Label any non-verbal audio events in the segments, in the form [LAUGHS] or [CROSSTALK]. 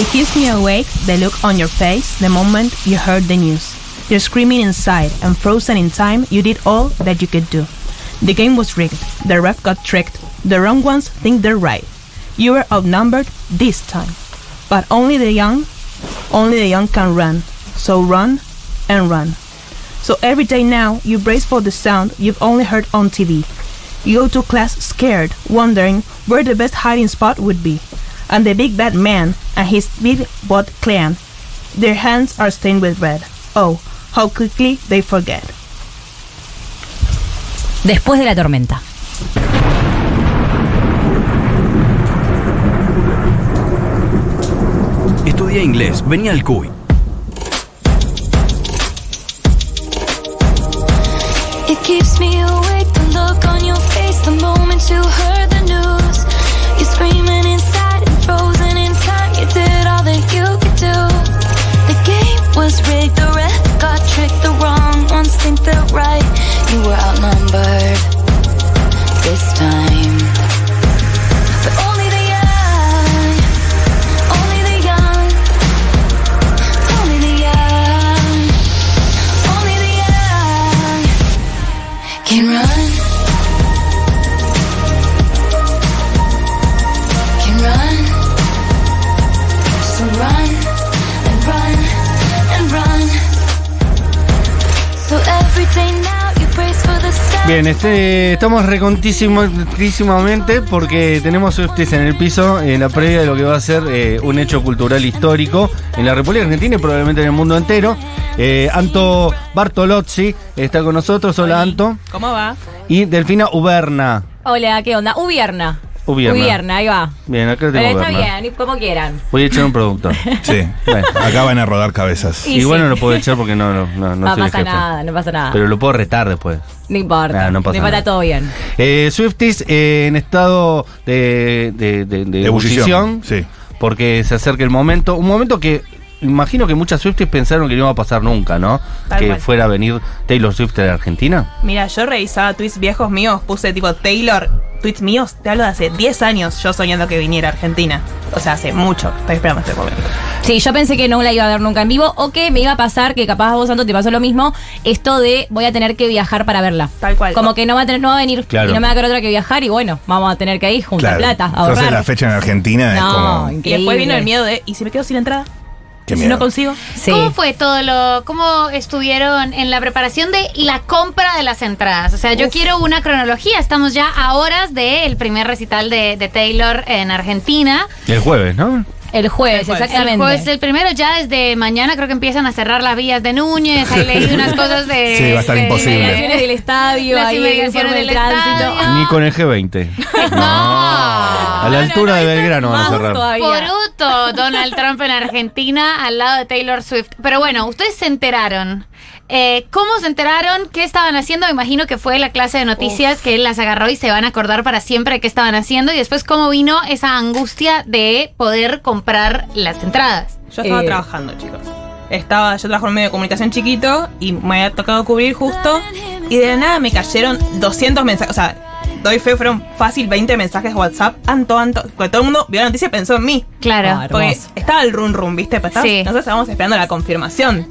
It keeps me awake, the look on your face, the moment you heard the news. You're screaming inside, and frozen in time, you did all that you could do. The game was rigged, the ref got tricked, the wrong ones think they're right. You were outnumbered this time. But only the young, only the young can run. So run and run. So every day now, you brace for the sound you've only heard on TV. You go to class scared, wondering where the best hiding spot would be. And the big bad man and his big bot clan, their hands are stained with red. Oh, how quickly they forget. Después de la tormenta. Estudié inglés, venía al CUI. It keeps me awake, the look on your face the moment you heard the news. You're screaming inside and frozen in time. You did all that you could do. The game was rigged, the red got tricked, the wrong ones think they're right. You were outnumbered this time. But only the young, only the young, only the young, only the young can run. Can run. So run and run and run. So every day now you brace for the sun. Bien, este, estamos recontísimamente porque tenemos Swifties en el piso en la previa de lo que va a ser eh, un hecho cultural histórico en la República Argentina y probablemente en el mundo entero. Eh, Anto Bartolozzi está con nosotros. Hola, Anto. ¿Cómo va? Y Delfina Uberna. Hola, ¿qué onda? Ubierna. Ubierna. ahí va. Bien, acá Pero tengo está Uberna. bien, y como quieran. Voy a echar [LAUGHS] un productor. Sí, Bueno. acá van a rodar cabezas. Y Igual sí. no lo puedo echar porque no, no, no, no No, soy el pasa jefe. nada, no pasa nada. Pero lo puedo retar después. no importa. Ah, no pasa Me falta nada. todo bien. Eh, Swifties eh, en estado de, de, de- de ebullición, ebullición, sí. porque se acerca el momento, un momento que imagino que muchas Swifties pensaron que no iba a pasar nunca, ¿no? Tal que cual. fuera a venir Taylor Swift de Argentina. Mira, yo revisaba tweets viejos míos, puse tipo Taylor, tweets míos, te hablo de hace 10 años yo soñando que viniera a Argentina. O sea, hace mucho, estoy esperando este momento. Sí, yo pensé que no la iba a ver nunca en vivo o que me iba a pasar, que capaz a vos, Santo, te pasó lo mismo, esto de voy a tener que viajar para verla. Tal cual. Como que no va a, tener, no va a venir Claro. y no me va a quedar otra que viajar y bueno, vamos a tener que ir juntar Claro. plata, Entonces ahorrar. la fecha en Argentina es No, como... increíble. Y después vino el miedo de, ¿y si me quedo sin entrada? Qué ¿Y si miedo. no consigo? Sí. ¿Cómo fue todo lo, cómo estuvieron en la preparación de la compra de las entradas? O sea, yo quiero una cronología. Estamos ya a horas del primer recital de, de Taylor en Argentina. El jueves, ¿no? El jueves, El jueves. exactamente. Pues el primero ya desde mañana creo que empiezan a cerrar las vías de Núñez. Ahí leí unas cosas de... Sí, va a estar de- imposible. Inmediaciones del estadio, Las ahí inmediaciones informe del de tránsito. estadio. Ah. Ni con el [LAUGHS] G20. No. A la altura de Belgrano van a cerrar. Poruto, Donald Trump en Argentina al lado de Taylor Swift. Pero bueno, ustedes se enteraron. Eh, ¿Cómo se enteraron? ¿Qué estaban haciendo? Me imagino que fue la clase de noticias que las agarró y se van a acordar para siempre de qué estaban haciendo. Y después, ¿cómo vino esa angustia de poder comprar las entradas? Yo estaba Eh. trabajando, chicos. Estaba, yo trabajo en un medio de comunicación chiquito y me había tocado cubrir justo y de la nada me cayeron 200 mensajes, o sea, doy fe, fueron fácil 20 mensajes de WhatsApp, Anto, Anto, cuando todo el mundo vio la noticia y pensó en mí. Claro. Claro. Porque Hermoso. estaba el run run, ¿viste? Pero estábamos- Sí. Nosotros estábamos esperando la confirmación.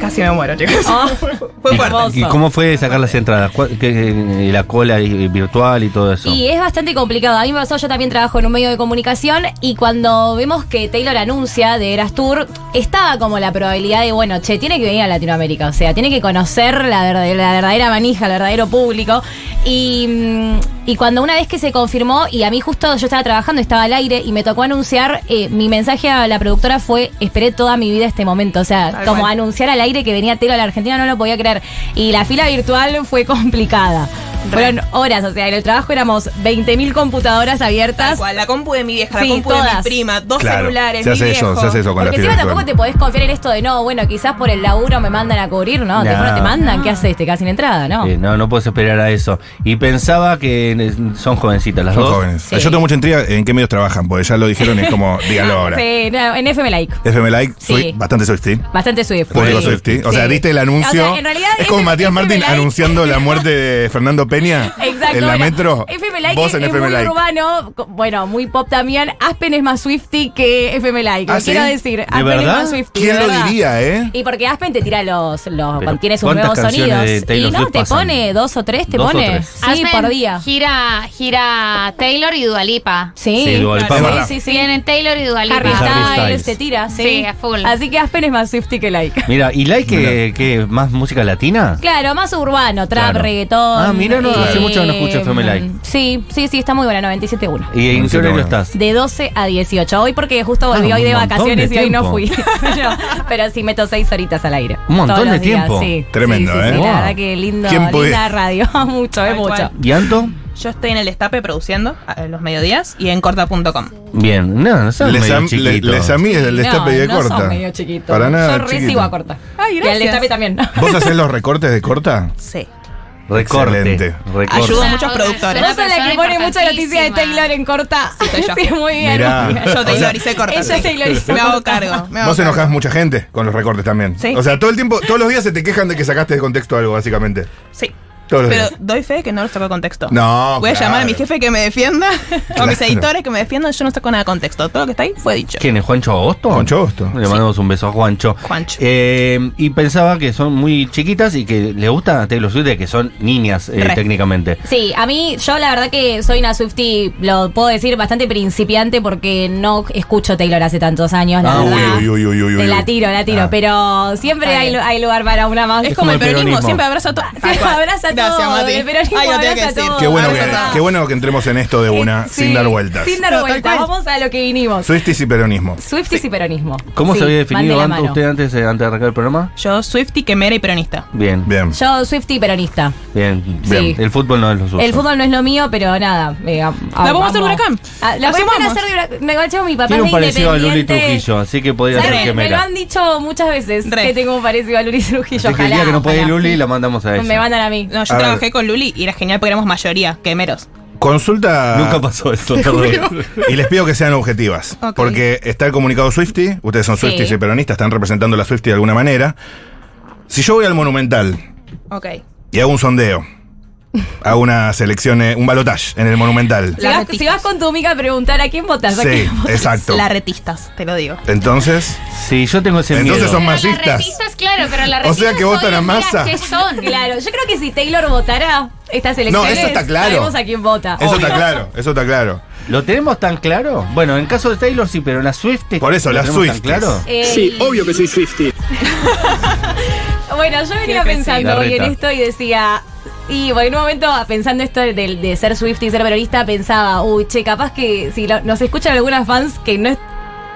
Casi me muero, chicos. [LAUGHS] Fue ¿Y- fuerte. ¿Y, cómo fue sacar las entradas? ¿Cuál- qué- eh, la cola y- virtual y todo eso? Y es bastante complicado. A mí me pasó, yo también trabajo en un medio de comunicación y cuando vemos que Taylor anuncia de Eras Tour, estaba como la probabilidad de, bueno, che, tiene que venir a Latinoamérica, o sea, tiene que conocer la verdadera, la verdadera manija, el verdadero público. Y, mm, y cuando una vez que se confirmó, y a mí justo yo estaba trabajando, estaba al aire y me tocó anunciar, eh, mi mensaje a la productora fue, esperé toda mi vida este momento, o sea, Tal como cual. anunciar al aire que venía Taylor a la Argentina, no lo podía creer. Y la fila virtual fue complicada. Fueron horas, o sea, en el trabajo éramos 20.000 computadoras Tal abiertas. cual, la compu de mi vieja, Sí, la compu de mi todas. prima, dos Claro, celulares, se hace mi eso, viejo. se hace eso con la Porque fibra encima tampoco te virtual. podés confiar en esto de no, bueno, quizás por el laburo me mandan a cubrir, no, te, No. no te mandan, ¿qué haces? Te quedas sin entrada, ¿no? Eh, no, no puedes esperar a eso. Y pensaba que eh, son jovencitas las Son dos. jóvenes. Sí. Yo tengo mucha intriga en qué medios trabajan, porque ya lo dijeron y [LAUGHS] es como, díganlo ahora. Sí, no, en FM Like. FM Like, Ah, Sí. soy bastante Swifty. Bastante Swift. Público Sí. Swifty. O sea, Sí. diste el anuncio. O sea, en realidad es como FM Matías Martín Like anunciando la muerte de Fernando Peña? [LAUGHS] Exacto. En la bueno, metro. FM Like vos es, en es FM muy Like. urbano, co- bueno, muy pop también. Aspen es más Swifty que FM Like. ¿Ah, lo quiero sí? decir. Aspen verdad? es más Swifty. ¿Quién lo diría, eh? Y porque Aspen te tira los, los Pero, cuando tiene sus ¿cuántas nuevos canciones sonidos. de Y Taylor no, Swift te pasan? pone dos o tres, te Dos o pone. tres. Sí, Aspen por día. Gira, gira Taylor y Dualipa. Sí, Sí, Dua Lipa. sí, sí, Sí, sí. Vienen Taylor y Dualipa. Harry Harry Styles Styles. te tira, sí. Sí, a full. Así que Aspen es más Swifty que [LAUGHS] Like. Mira, ¿y like que, que más música latina? Claro, más urbano, trap, Claro. reggaetón. Eh, Ah, mira, no, hace mucho que no escucho FM Like. Sí, sí, sí, está muy buena, 97.1. ¿Y en qué Música horario buena. estás? De 12 a 18. Hoy porque justo volví Ah, hoy de un montón vacaciones de y hoy [LAUGHS] no tiempo. fui. pero, pero sí meto seis horitas al aire. Un montón Todos de los días, tiempo. sí. Tremendo, Sí, sí, ¿eh? sí, La Wow. verdad que lindo, ¿Quién linda puede? radio. [LAUGHS] mucho, es Tal mucho. cual. ¿Y Anto? Yo estoy en el estape produciendo a los mediodías y en corta.com. Bien, no, no sos Les, medio am- le- chiquito. les amí desde el destape y de no, no corta. Sos medio chiquito. Para nada. Yo chiquito. recibo a corta. Ay, Y al gracias. destape también. ¿Vos hacés los recortes de corta? Sí. Recorte, Excelente. recorte. Ayuda a muchos Ah, Una productores. [LAUGHS] Vos sos la que persona pone mucha noticia de importantísima. Taylor en corta. [LAUGHS] Sí, soy yo. muy bien. Mirá. muy bien. Ah. O [LAUGHS] Yo sea, Tayloricé corta. ella sí. Taylorizó Me hago corta. cargo. me hago Vos cargo. enojás mucha gente con los recortes también. Sí. O sea, todo el tiempo, todos los días se te quejan de que sacaste de contexto algo, básicamente. Sí. Todos los Pero días. doy fe que no lo saco de contexto. No, Voy a claro. llamar a mi jefe que me defienda, [LAUGHS] o a mis Claro. editores que me defiendan. Yo no saco nada de contexto. Todo lo que está ahí fue dicho. ¿Quién es Juancho Agosto? Juancho Agosto. Le mandamos un beso a Juancho. Juancho. Eh, y pensaba que son muy chiquitas y que le gusta a Taylor Swift de que son niñas eh, Re. técnicamente. Sí, a mí, yo la verdad que soy una Swifty, lo puedo decir, bastante principiante porque no escucho Taylor hace tantos años, la Ah, Uy, verdad. uy, uy, uy, uy, Te uy. la tiro, la tiro, Ah. pero siempre Está hay, bien. hay lugar para una más. Es, como el el peronismo, peronismo. siempre abraza a todos. Siempre abraza a Gracias, todo, Mati. el peronismo Ay, lo tenía abraza que a decir. todo. Qué bueno, que, Abraza qué bueno que entremos en esto de una, Sí, sin dar vueltas. Sin dar No, tal vueltas, cual. vamos a lo que vinimos. Swifties y peronismo. Swifties y peronismo. ¿Cómo Sí, se había van de definido la Anto, mano. usted antes, eh, antes de arrancar el programa? Yo, Swifty, quemera y peronista. Bien, bien, Bien. Yo, Swifty peronista. bien. Sí. El fútbol no es lo suyo. El fútbol no es lo mío, pero nada. eh, a- a- ¿La podemos hacer vamos. huracán? Ah, La Así podemos vamos. hacer de huracán. Me guacho, mi papá es Tiene un de parecido a Luli Independiente. Trujillo, así que podría ¿Sabes? ser Me lo gemela. han dicho muchas veces Re. que tengo un parecido a Luli Trujillo. Así que el Ojalá. día que no puede ir ojalá. Luli, la mandamos a ella. Me mandan a mí. No, yo A ver. trabajé con Luli y era genial porque éramos mayoría, quemeros. Consulta. Nunca [LAUGHS] pasó esto. perdón. Y les pido que sean objetivas. Ok. Porque está el comunicado Swifty, ustedes son Sí. Swifties y peronistas, están representando a la Swifty de alguna manera. Si yo voy al Monumental Ok. y hago un [LAUGHS] sondeo, hago una selección, eh, un balotage en el Monumental. Si vas, si vas con tu amiga a preguntar a quién votas, a Sí, quién votas? exacto. La retistas, te lo digo. Entonces, Sí, yo tengo ese Entonces miedo. son- Pero las masistas. repistas, claro, pero las O sea repistas que votan hoy a en día, Massa. ¿Qué son? Claro, yo creo que si Taylor votara estas elecciones, eso está claro. Eh, sabemos a quién vota. eso está claro, eso está claro. ¿Lo tenemos tan claro? Bueno, en caso de Taylor sí, pero en la Swift. Por eso, ¿lo las tenemos tan Swifties. claro? Eh, Sí, obvio que soy Swifty. [LAUGHS] Bueno, yo venía Creo que sí. pensando La hoy en reta. esto y decía. Y bueno, en un momento, pensando esto de, de ser Swift y ser peronista, pensaba, uy, che, capaz que si lo- nos escuchan algunas fans que no es-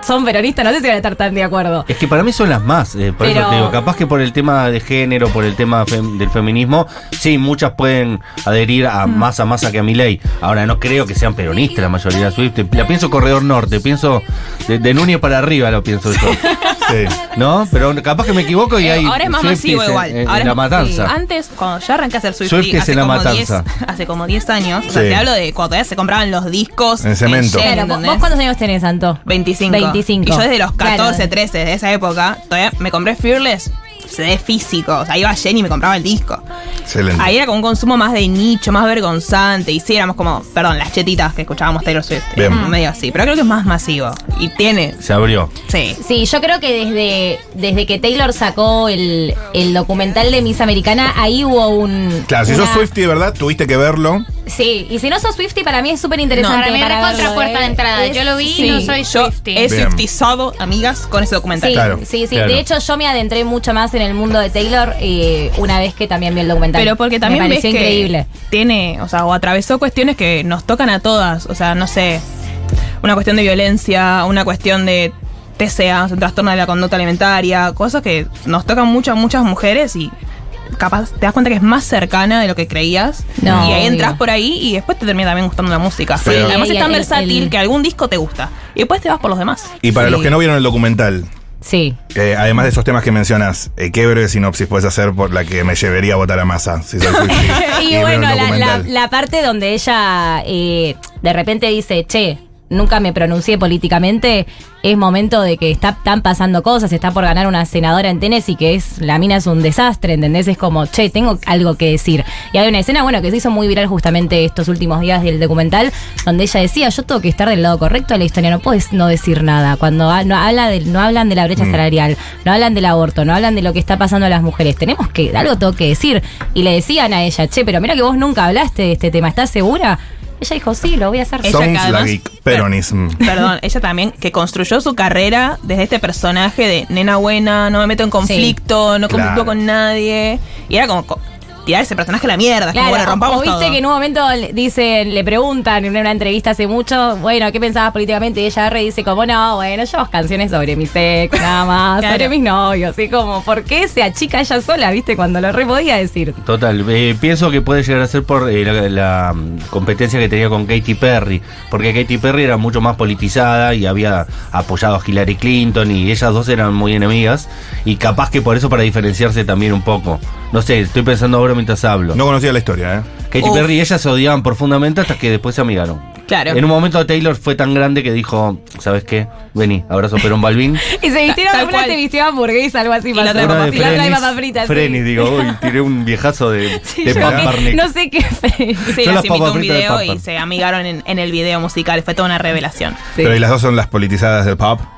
son peronistas, no sé si van a estar tan de acuerdo. Es que para mí son las más, eh, por Pero- eso te digo, capaz que por el tema de género, por el tema fem- del feminismo, sí, muchas pueden adherir a Mm. más a masa que a mi ley. Ahora, no creo que sean peronistas la mayoría de Swift. La pienso Corredor Norte, pienso de, de Núñez para arriba, lo pienso yo. Sí. [LAUGHS] ¿No? [LAUGHS] Pero capaz que me equivoco y Eh, hay. ahora es más Swifties masivo en- igual. En, en Ahora es la más- matanza. sí. Antes, cuando yo arranqué a hacer Swiftie, Swifties hace, en la como matanza. 10 [LAUGHS] hace como 10 años, o sea, Sí. te hablo de cuando todavía se compraban los discos. En cemento. Shell, Claro, ¿vos, ¿entendés? vos cuántos años tenés, Santo? 25. 25. Y yo desde los 14, Claro. 13, de esa época, todavía me compré Fearless. CD físico. O sea, iba a Jenny y me compraba el disco. Excelente. Ahí era como un consumo más de nicho, más vergonzante. Y sí, éramos como, perdón, las chetitas que escuchábamos Taylor Swift. Bien. Mm, Medio así. Pero creo que es más masivo. Y tiene. Se abrió. Sí. Sí, yo creo que desde, desde que Taylor sacó el, el documental de Miss Americana, ahí hubo un. Claro, si una- sos Swifty de verdad, tuviste que verlo. Sí, y si no sos Swifty, para mí es súper interesante. No, para mí era verlo, contrapuerta ¿eh? de entrada. Yo lo vi y sí. no soy Yo Swifty. he Bien. swiftizado, amigas, con ese documental. Sí, Claro. sí, sí. Claro. De hecho, yo me adentré mucho más en el mundo de Taylor eh, una vez que también vi el documental. Pero porque también me ves pareció que increíble. tiene, o sea, o atravesó cuestiones que nos tocan a todas, o sea, no sé, una cuestión de violencia, una cuestión de TCA, o sea, trastorno de la conducta alimentaria, cosas que nos tocan mucho a muchas mujeres y capaz te das cuenta que es más cercana de lo que creías No, y ahí obvio. entras por ahí y después te termina también gustando la música. Pero- Además Y es tan el- versátil el- que algún disco te gusta y después te vas por los demás. Y para Sí. los que no vieron el documental, Sí. eh, además de esos temas que mencionás, eh, ¿qué breve sinopsis puedes hacer por la que me llevaría a votar a masa? [LAUGHS] Si soy Swiftie Y vieron bueno, el la, la- documental? la parte donde ella eh, de repente dice, che, nunca me pronuncié políticamente, es momento de que está, están pasando cosas, está por ganar una senadora en Tennessee que es, la mina es un desastre, ¿entendés? Es como, che, tengo algo que decir. Y hay una escena, bueno, que se hizo muy viral justamente estos últimos días del documental, donde ella decía, yo tengo que estar del lado correcto de la historia, no puedes no decir nada. Cuando ha- no, habla de, no hablan de la brecha salarial, no hablan del aborto, no hablan de lo que está pasando a las mujeres, tenemos que, algo tengo que decir. Y le decían a ella, che, pero mira que vos nunca hablaste de este tema, ¿estás segura? Ella dijo, sí, lo voy a hacer. Ella que Sounds además- like peronism. Perdón, ella también que construyó su carrera desde este personaje de nena buena, no me meto en conflicto, no Claro. conflicto con nadie. Y era como co- tirar ese personaje a la mierda. como, bueno, o- rompamos o viste todo. que en un momento le- dice, le preguntan en una entrevista hace mucho, bueno, ¿qué pensabas políticamente? Y ella agarra y dice como, no, bueno, yo hago canciones sobre mi sexo, nada más, Claro. sobre mis novios, así como, ¿por qué se achica ella sola, viste? Cuando lo re podía decir. Total, eh, pienso que puede llegar a ser por eh, la, la, mm, competencia que tenía con Katy Perry, porque Katy Perry era mucho más politizada y había apoyado a Hillary Clinton y ellas dos eran muy enemigas y capaz que por eso para diferenciarse también un poco. No sé, estoy pensando ahora mientras hablo. No conocía la historia, ¿eh? Katy Uf. Perry y ellas se odiaban profundamente hasta que después se amigaron. Claro. En un momento Taylor fue tan grande que dijo, ¿sabes qué? Vení, abrazo Perón Balvin. Y se vistieron, tal una cual. se vistió hamburguesa, algo así. Y la pasó. otra de Una papas de Y [LAUGHS] la otra de Frenis. papas fritas, sí. [LAUGHS] Frenis, digo, uy, tiré un viejazo de, Sí, de yo Pat que- Barnett. no sé qué fe. Sí, Yo las las invitó papas a un fritas de video y Pampa. se amigaron en, en el video musical. Fue toda una revelación. Sí. Pero y las dos son las politizadas del pop. Ah,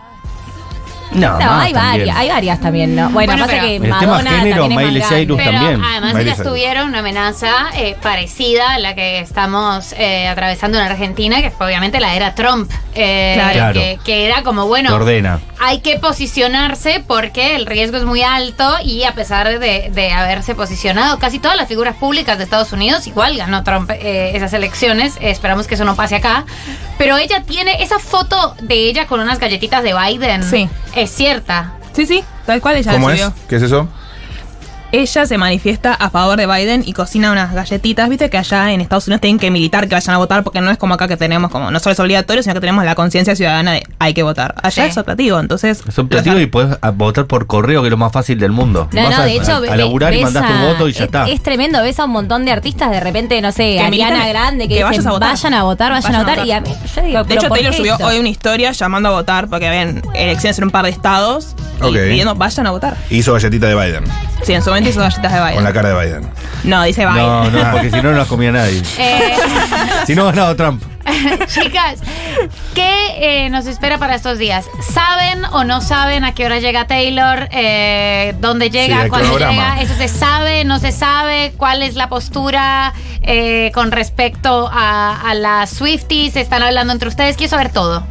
No, No, más hay también. varias, hay varias también, ¿no? Bueno, pasa Bueno, pero- que El tema Madonna ah, género, también es más Miley grande. Cyrus. Pero también. además Miley ellas Cyrus. tuvieron una amenaza eh, parecida a la que estamos eh, atravesando en Argentina, que fue obviamente la era Trump. eh, Claro. Que, que era como, Te bueno, ordena. hay que posicionarse porque el riesgo es muy alto y a pesar de, de haberse posicionado casi todas las figuras públicas de Estados Unidos, igual ganó Trump eh, esas elecciones, eh, esperamos que eso no pase acá, pero ella tiene esa foto de ella con unas galletitas de Biden. Sí. Es cierta. Sí, sí, tal cual ella la ¿Cómo es? subió. ¿Qué es eso? Ella se manifiesta a favor de Biden y cocina unas galletitas. Viste que allá en Estados Unidos tienen que militar que vayan a votar porque no es como acá que tenemos como no solo es obligatorio, sino que tenemos la conciencia ciudadana de hay que votar. Allá Sí. es optativo, entonces Es optativo y puedes a- votar por correo, que es lo más fácil del mundo. No, Vas no, a, de hecho. a ve- laburar y ves mandás a- tu voto y ya es, está. Es tremendo, ves a un montón de artistas de repente, no sé, Que militan- Ariana Grande, que, que dicen, vayas a votar. vayan a votar, vayan, a votar. Y a mí, yo digo, De pero hecho, ¿por Taylor qué subió esto? hoy una historia llamando a votar porque habían elecciones en un par de estados y Ok. pidiendo vayan a votar. Hizo galletita de Biden, Sí, en su momento hizo galletas de con Biden. la cara de Biden. No, dice Biden. [LAUGHS] No, no, porque si no, no las comía nadie. Eh, Si no, ganado Trump. [LAUGHS] Chicas, ¿qué eh, nos espera para estos días? ¿Saben o no saben a qué hora llega Taylor? Eh, ¿Dónde Sí, llega? el ¿Cuándo cronograma. llega? ¿Eso se sabe? ¿No se sabe? ¿Cuál es la postura eh, con respecto a, a las Swifties? ¿Están hablando entre ustedes? Quiero saber todo.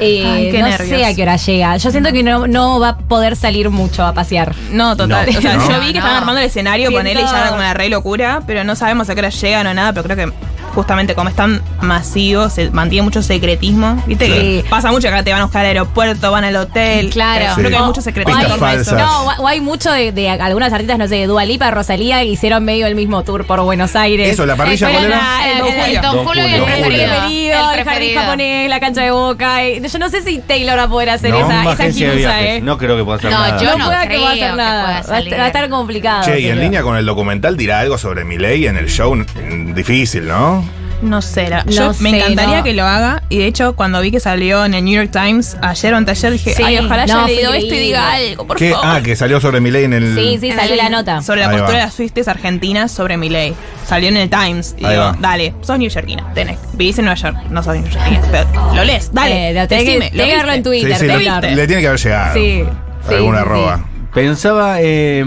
Eh, Ay, qué no nervios. sé a qué hora llega. Yo siento que no, no va a poder salir mucho a pasear. No, total. No. o sea, No. yo vi que estaban No. armando el escenario, Siento- ponele y ya era como una re locura, pero no sabemos a qué hora llegan o nada, pero creo que justamente como están masivos, se mantiene mucho secretismo. Viste Sí. que pasa mucho que acá te van a buscar al aeropuerto, van al hotel. Claro. Creo que Sí. hay mucho secretismo. Pistas con falsas. eso. No, o- o hay mucho de, de algunas artistas, no sé, de Dualipa, Rosalía, que hicieron medio el mismo tour por Buenos Aires. Eso, la parrilla, Espera, ¿cuál era? el- Don el- el Julio. Don Don Julio y el Julio. Don preferido. El preferido, El el jardín preferido. japonés, la cancha de boca. y- yo no sé si Taylor va a poder hacer No, esa, Una esa agencia de jinusa, viajes. eh. No creo que pueda hacer No, nada. yo No no pueda que va a creo hacer que nada. pueda Va a salir. estar- va a estar complicado. Che, y en creo. línea con el documental dirá algo sobre Milei en el show. mm, Difícil, ¿no? No sé, la- No yo me sé, encantaría no. que lo haga. Y de hecho, cuando vi que salió en el New York Times ayer o anteayer, dije, Sí, ay, ojalá no, yo fue le digo esto y increíble. diga algo, por ¿Qué? favor. Ah, que salió sobre Milei en el. Sí, sí, salió la nota. Sobre la Ahí postura va. de las Swifties argentinas sobre mi ley. Salió en el Times. Y Ahí digo, va. dale, sos newyorkina, tenés. Vivís en Nueva York, no sos newyorkina. Pero lo lees, dale. Eh, lo tenés que- decime, lo tenés que verlo en viste. Twitter. Sí, sí, tenés le, que verlo. le tiene que haber llegado. Sí, sí, Alguna sí, sí. arroba. Pensaba, eh,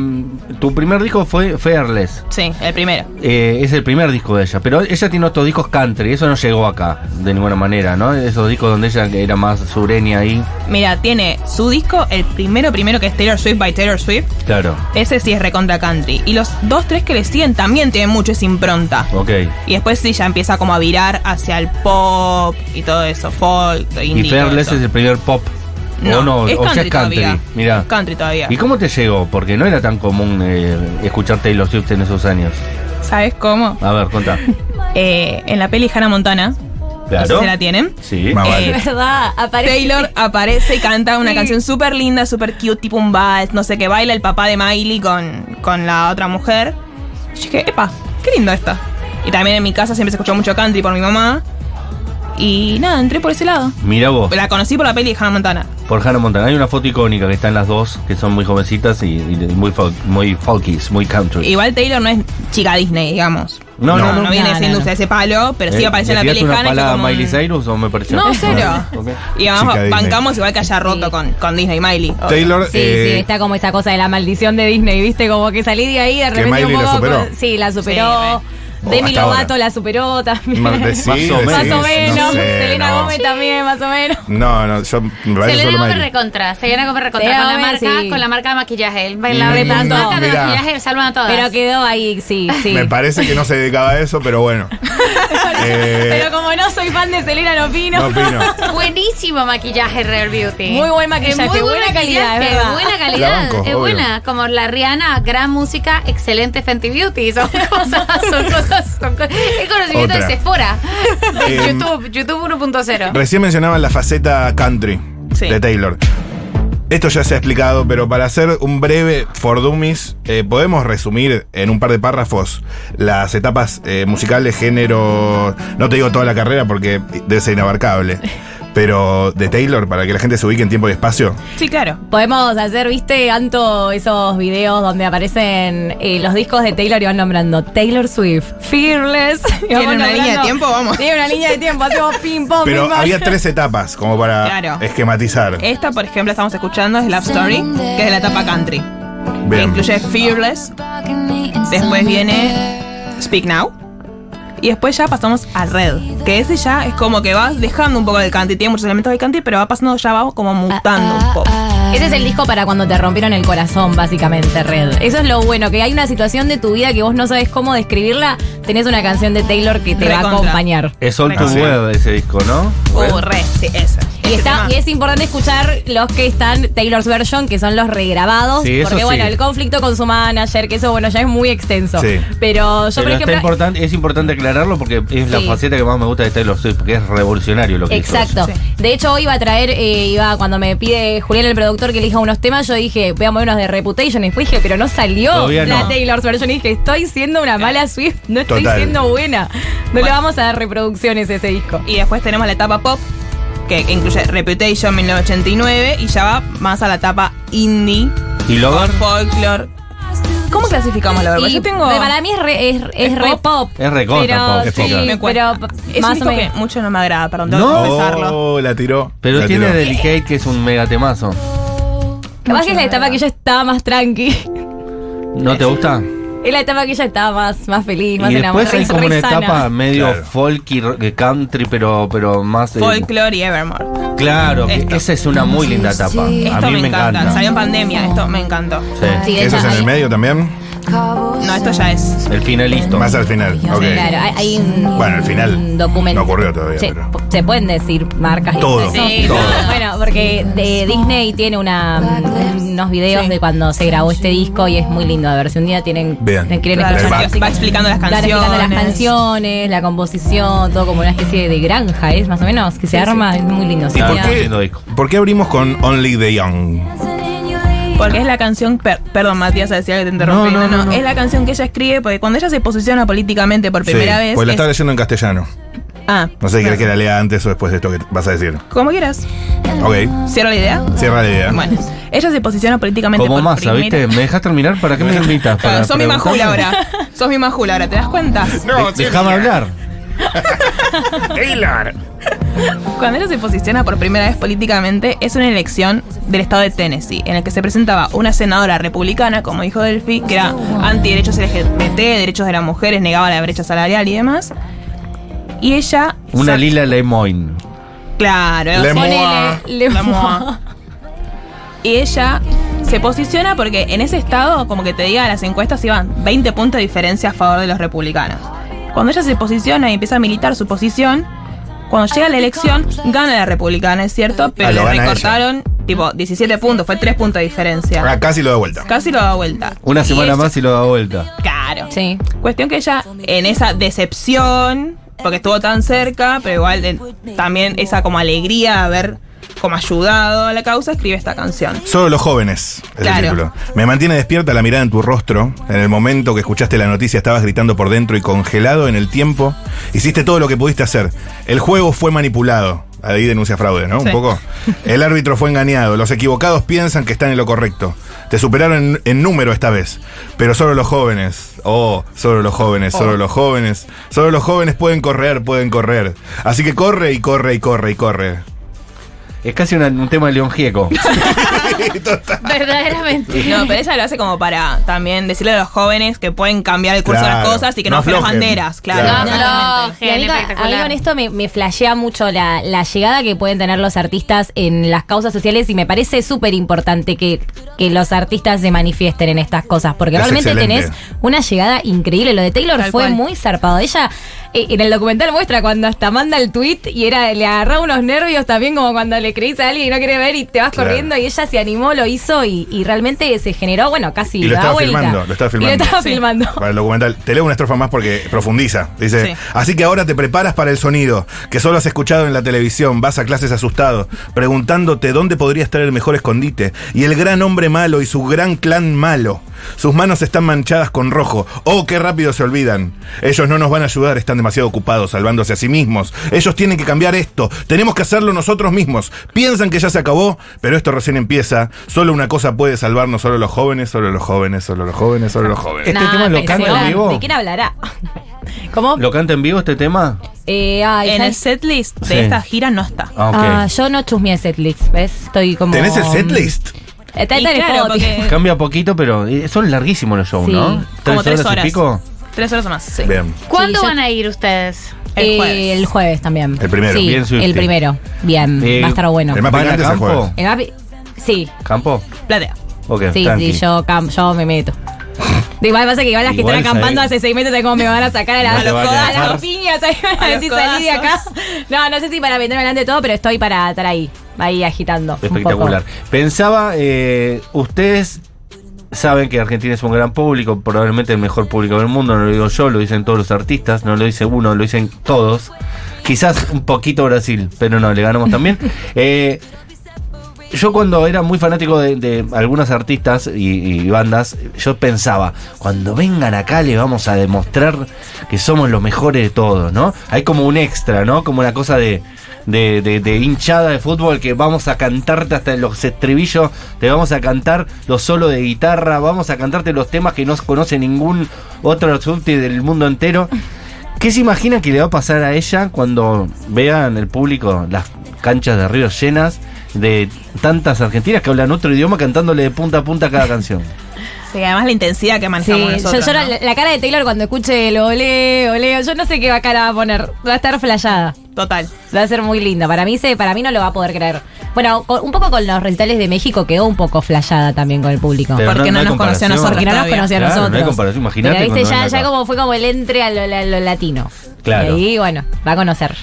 tu primer disco fue Fearless. Sí, el primero. Eh, es el primer disco de ella, pero ella tiene otros discos country, eso no llegó acá de ninguna manera, ¿no? Esos discos donde ella era más sureña ahí. Mira, tiene su disco, el primero primero que es Taylor Swift by Taylor Swift. Claro, Ese sí es recontra country. Y los dos, tres que le siguen también tienen mucho esa impronta. ok. Y después sí ya empieza como a virar hacia el pop y todo eso, folk, Y indie. todo Fearless eso. es el primer pop. o no, es o ya country es country. todavía. Mirá. Es country todavía. ¿Y cómo te llegó? Porque no era tan común eh, escuchar Taylor Swift en esos años. ¿Sabes cómo? A ver, [LAUGHS] contá. Eh, en la peli Hannah Montana, no sé Claro. Ah, si la tienen. Sí. Más Eh, vale. Es [LAUGHS] verdad, aparece. Taylor aparece y canta una Sí. canción súper linda, súper cute, tipo un vals, no sé qué, baila el papá de Miley con, con la otra mujer. Y yo dije, epa, qué lindo está. Y también en mi casa siempre se escuchó mucho country por mi mamá. Y nada, entré por ese lado. Mira vos, La conocí por la peli de Hannah Montana. por Hannah Montana. Hay una foto icónica que están las dos, que son muy jovencitas y, y muy, fol- muy folkies, muy country. Igual Taylor no es chica Disney, digamos. no, no, No, no. no viene no, siendo no. usted ese palo, pero sí Eh, apareció en ¿le la peli de tiraste una Hannah. y fue palada a como un- Miley Cyrus o me pareció? No, cero. [LAUGHS] Ok. Y además Chica Disney. bancamos igual que haya roto Sí. con, con Disney y Miley. Taylor, Sí, eh, sí, está como esa cosa de la maldición de Disney, ¿viste? Como que salí de ahí de repente Miley un la poco. superó. con- sí, la superó. re. Demi O hasta ahora. Lovato la superó también. [LAUGHS] ma- [LAUGHS] más decís, Más o decís, menos. o no menos. sé, Selena no. Gómez también, más o menos. No, no, yo me parece Selena solo Gómez Miley. recontra, Selena Gómez recontra Selena con la Gómez, marca, sí. con la marca de maquillaje. El bailar de Mm, no, marcas de mirá. maquillaje salvan a todas. Pero quedó ahí, sí, sí. Me parece que no se dedicaba a eso, pero bueno. Eh, [LAUGHS] Pero como no soy fan de Selena, no opino. no [LAUGHS] opino. Buenísimo maquillaje Real Beauty. Muy buen maquillaje, Es muy buen buena maquillaje, calidad, es verdad. Buena La calidad, banco, es obvio. buena. Como la Rihanna, gran música, excelente Fenty Beauty. Son [LAUGHS] cosas, son cosas, son cosas. El conocimiento Otra. de Sephora, de Em, YouTube, YouTube [LAUGHS] 1.0. Recién mencionaban la faceta country Sí. de Taylor. Esto ya se ha explicado, pero para hacer un breve for dummies, eh, podemos resumir en un par de párrafos las etapas eh, musicales, género. No te digo toda la carrera porque debe [LAUGHS] ser inabarcable, pero de Taylor, para que la gente se ubique en tiempo y espacio. Sí, claro. Podemos hacer, viste, Anto, esos videos donde aparecen eh, los discos de Taylor y van nombrando Taylor Swift, Fearless. [LAUGHS] y vamos Tiene una nombrando- línea de tiempo, vamos. [LAUGHS] Tiene una línea de tiempo, hacemos ping pong, Pero ping pong. había tres etapas, como para Oh, Claro. Eh, esquematizar. Esta, por ejemplo, estamos escuchando es Love Story, que es de la etapa country. Que Bien. incluye Fearless, después viene Speak Now. Y después ya pasamos a Red, que ese ya es como que vas dejando un poco del country. Tiene muchos elementos de country, pero va pasando ya vamos como mutando un poco. Ese es el disco para cuando te rompieron el corazón, básicamente, Red. Eso es lo bueno, que hay una situación de tu vida que vos no sabes cómo describirla, tenés una canción de Taylor que te va a Recontra. acompañar. Es All Too Ah, sí. Well ese disco, ¿no? Uh, Red, sí, esa. Y, está, Ese tema. y es importante escuchar los que están Taylor's Version, que son los regrabados. Sí, eso porque, bueno, sí. el conflicto con su manager, que eso, bueno, ya es muy extenso. Sí. Pero yo, por Pero está ejemplo. importante, es importante aclararlo porque es la Sí. faceta que más me gusta de Taylor Swift, porque es revolucionario lo que hizo. Exacto. Sí. De hecho, hoy iba a traer, eh, iba cuando me pide Julián el productor que elija unos temas, yo dije, voy a mover unos de Reputation. Y después dije, pero no salió Todavía la no. Eh, Taylor's version. Y dije, estoy siendo una mala Swift, no estoy Total. siendo buena. No le vamos a dar reproducciones a ese disco. Y después tenemos la etapa pop, que incluye Reputation 1989, y ya va más a la etapa indie, Y Lover folklore. ¿Cómo clasificamos la verdad? Y Yo tengo. de- Para mí es re, es, es ¿Es re pop? pop. Es re go pero, tampoco, es sí, pop, claro. Me pero cuesta. es un más o disco que menos. mucho no me agrada, perdón, tengo No. que confesarlo. Oh, la tiró. Pero La tiene tiró. Delicate, que es un mega temazo. Capaz que es la etapa que yo estaba más tranqui. [LAUGHS] ¿No te gusta? Es la etapa que ella estaba más, más feliz, más Y después enamorada. hay es como re una sana. etapa medio Claro. folky, r- country, pero, pero más. eh, Folklore y Evermore. claro, Esto. esa es una muy linda etapa. A mí Esto me, encanta. Salió en pandemia, esto me encantó. Sí. Sí, ¿Eso es en el medio también? No, esto ya es. El finalista. Más al final. Ok. Claro, hay, hay un, Bueno, al final un documento. no ocurrió todavía, Se, pero- se pueden decir marcas. y Todo, cosas? Sí, todo. Bueno, porque de Disney tiene una, unos videos Sí. de cuando se grabó este disco y es muy lindo. A ver si un día tienen, Bien. quieren Claro, escuchar va- música. va explicando las Claro, explicando canciones. las canciones, la composición, todo como una especie de granja, ¿es? Más o menos, que se arma, es muy lindo. ¿Y Sí, por Ah, ya. qué? Lindo disco. ¿Por qué abrimos con Only the Young? Porque es la canción, per- perdón Matías, decía que te interrumpí. No, No, no, no, no, no. Es la canción que ella escribe porque cuando ella se posiciona políticamente por primera Sí, vez. Pues la es- estaba leyendo en castellano. Ah, No sé si querés que la lea antes o después de esto que vas a decir. como quieras. Ok. ¿Cierro la idea? Cierra la idea. Bueno, ella se posiciona políticamente Como por masa, primera ¿viste? ¿Me dejas terminar? ¿Para qué me invitas? Claro, ¿Para sos mi preguntarme? majula ahora. Sos mi majula ahora, ¿te das cuenta? De- Déjame hablar. Taylor. Cuando ella se posiciona por primera vez políticamente es una elección del estado de Tennessee, en el que se presentaba una senadora republicana, como dijo Delphi, que era antiderechos LGBT, derechos de las mujeres, negaba la brecha salarial y demás. Y ella... Una sa- lila Lemoine. Claro, Le o sea, moa. Le- la moa. Y ella se posiciona porque en ese estado, como que te diga, las encuestas iban 20 puntos de diferencia a favor de los republicanos. Cuando ella se posiciona y empieza a militar su posición, cuando llega la elección, gana la republicana, es cierto, pero Ah, lo le gana recortaron tipo 17 puntos, fue 3 puntos de diferencia. Casi lo de vuelta. Casi lo da vuelta. Una Y semana ella- más y lo da vuelta. Claro. Sí. Cuestión que ella, en esa decepción, porque estuvo tan cerca, pero igual eh, también esa como alegría de haber como ayudado a la causa, escribe esta canción. Solo los jóvenes. Es el Claro. título. Me mantiene despierta la mirada en tu rostro. En el momento que escuchaste la noticia estabas gritando por dentro y congelado en el tiempo. Hiciste todo lo que pudiste hacer. El juego fue manipulado. Ahí denuncia fraude, ¿no? Sí. [LAUGHS] Un poco. El árbitro fue engañado. Los equivocados piensan que están en lo correcto. Te superaron en, en número esta vez. Pero solo los jóvenes. Oh, solo los jóvenes, solo Oh. los jóvenes. Solo los jóvenes pueden correr, pueden correr. Así que corre y corre y corre y corre. Es casi una- un tema de León [LAUGHS] Gieco. Verdaderamente. No, pero ella lo hace como para también decirle a los jóvenes que pueden cambiar el curso de Claro, las cosas y que no no, aflojen las aflojen. banderas, claro. Claro. No, exactamente. Y a mí, gen, con- espectacular. a mí con esto me, me flashea mucho la, la llegada que pueden tener los artistas en las causas sociales y me parece súper importante que, que los artistas se manifiesten en estas cosas porque Es realmente excelente. tenés una llegada increíble. Lo de Taylor Tal fue cual. muy zarpado. Ella eh, en el documental muestra cuando hasta manda el tweet y era le agarraba unos nervios también como cuando le creís a alguien y no quiere ver y te vas Claro. corriendo y ella se animó, lo hizo y, y realmente se generó, bueno, casi Y lo da estaba vuelta. filmando, lo estaba Y filmando. estaba Sí. filmando. [LAUGHS] Para el documental, te leo una estrofa más porque profundiza. Dice, Sí. así que ahora te preparas para el sonido, que solo has escuchado en la televisión, vas a clases asustado, preguntándote dónde podría estar el mejor escondite, y el gran hombre malo y su gran clan malo. Sus manos están manchadas con rojo. Oh, qué rápido se olvidan. Ellos no nos van a ayudar, están demasiado ocupados salvándose a sí mismos. Ellos tienen que cambiar esto. Tenemos que hacerlo nosotros mismos. Piensan que ya se acabó, pero esto recién empieza. Solo una cosa puede salvarnos, solo los jóvenes, solo los jóvenes, solo los jóvenes, solo los jóvenes. ¿Este Nah, tema lo pero canta en Ahora, vivo? ¿De quién hablará? ¿Cómo? ¿Lo canta en vivo este tema? Eh, ay, En el ¿sabes? setlist de Sí. esta gira no está. Ah, ok. Ah, yo no chusmeé setlist, ¿ves? Estoy como. Eh, ¿Tenés el mm, setlist? Está, Y está en claro, Spotify. porque- Cambia poquito, pero eh, son larguísimos los shows, Sí. ¿no? como tres horas. y pico. Tres horas o más, sí. Bien. ¿Cuándo Sí, yo- van a ir ustedes? El Eh, jueves. [LAUGHS] el jueves también. El primero, Sí, bien, Swiftie. el primero. Bien, Eh, va a estar bueno. el más ¿Van a picante es el campo? jueves. El Gapi- Sí, ¿Campo? Platea. Ok, sí, tranqui. sí, yo, cam- yo me meto. De Igual pasa que igual las que Igual están acampando sabés- hace seis meses, ¿sabes cómo me van a sacar a, la, No te a, van a las dejar. piñas? ¿sabes? A A ver los si salí de acá. No, no sé si para meterme delante de todo, pero estoy para estar ahí, ahí agitando. un poco. Espectacular. Pensaba, eh, ustedes saben que Argentina es un gran público, probablemente el mejor público del mundo, no lo digo yo, lo dicen todos los artistas, no lo dice uno, lo dicen todos. Quizás un poquito Brasil, pero no, le [LAUGHS] ganamos también. Eh, yo cuando era muy fanático de, de algunas artistas y, y bandas, yo pensaba, cuando vengan acá le vamos a demostrar que somos los mejores de todos, ¿no? Hay como un extra, ¿no? Como una cosa de, de- de- de hinchada de fútbol que vamos a cantarte hasta los estribillos, te vamos a cantar los solos de guitarra, vamos a cantarte los temas que no conoce ningún otro subte del mundo entero. ¿Qué se imaginan que le va a pasar a ella cuando vean el público las canchas de río llenas de tantas argentinas que hablan otro idioma cantándole de punta a punta cada canción? Sí, además la intensidad que Sí, manejamos yo, nosotros. yo ¿no? la, la cara de Taylor cuando escuche el ole, ole, yo no sé qué cara va a poner. Va a estar flayada. Total. Va a ser muy linda. Para mí, se, para mí no lo va a poder creer. Bueno, con- un poco con los recitales de México quedó un poco flayada también con el público. Pero porque no hay nos conoció a comparación. nosotros. porque no nos todavía. conocía Claro, a no hay nosotros. comparación, imagínate Pero viste, cuando ya, venga ya acá. como fue como el entre a lo, la- lo latino. Claro. Y bueno, va a conocer.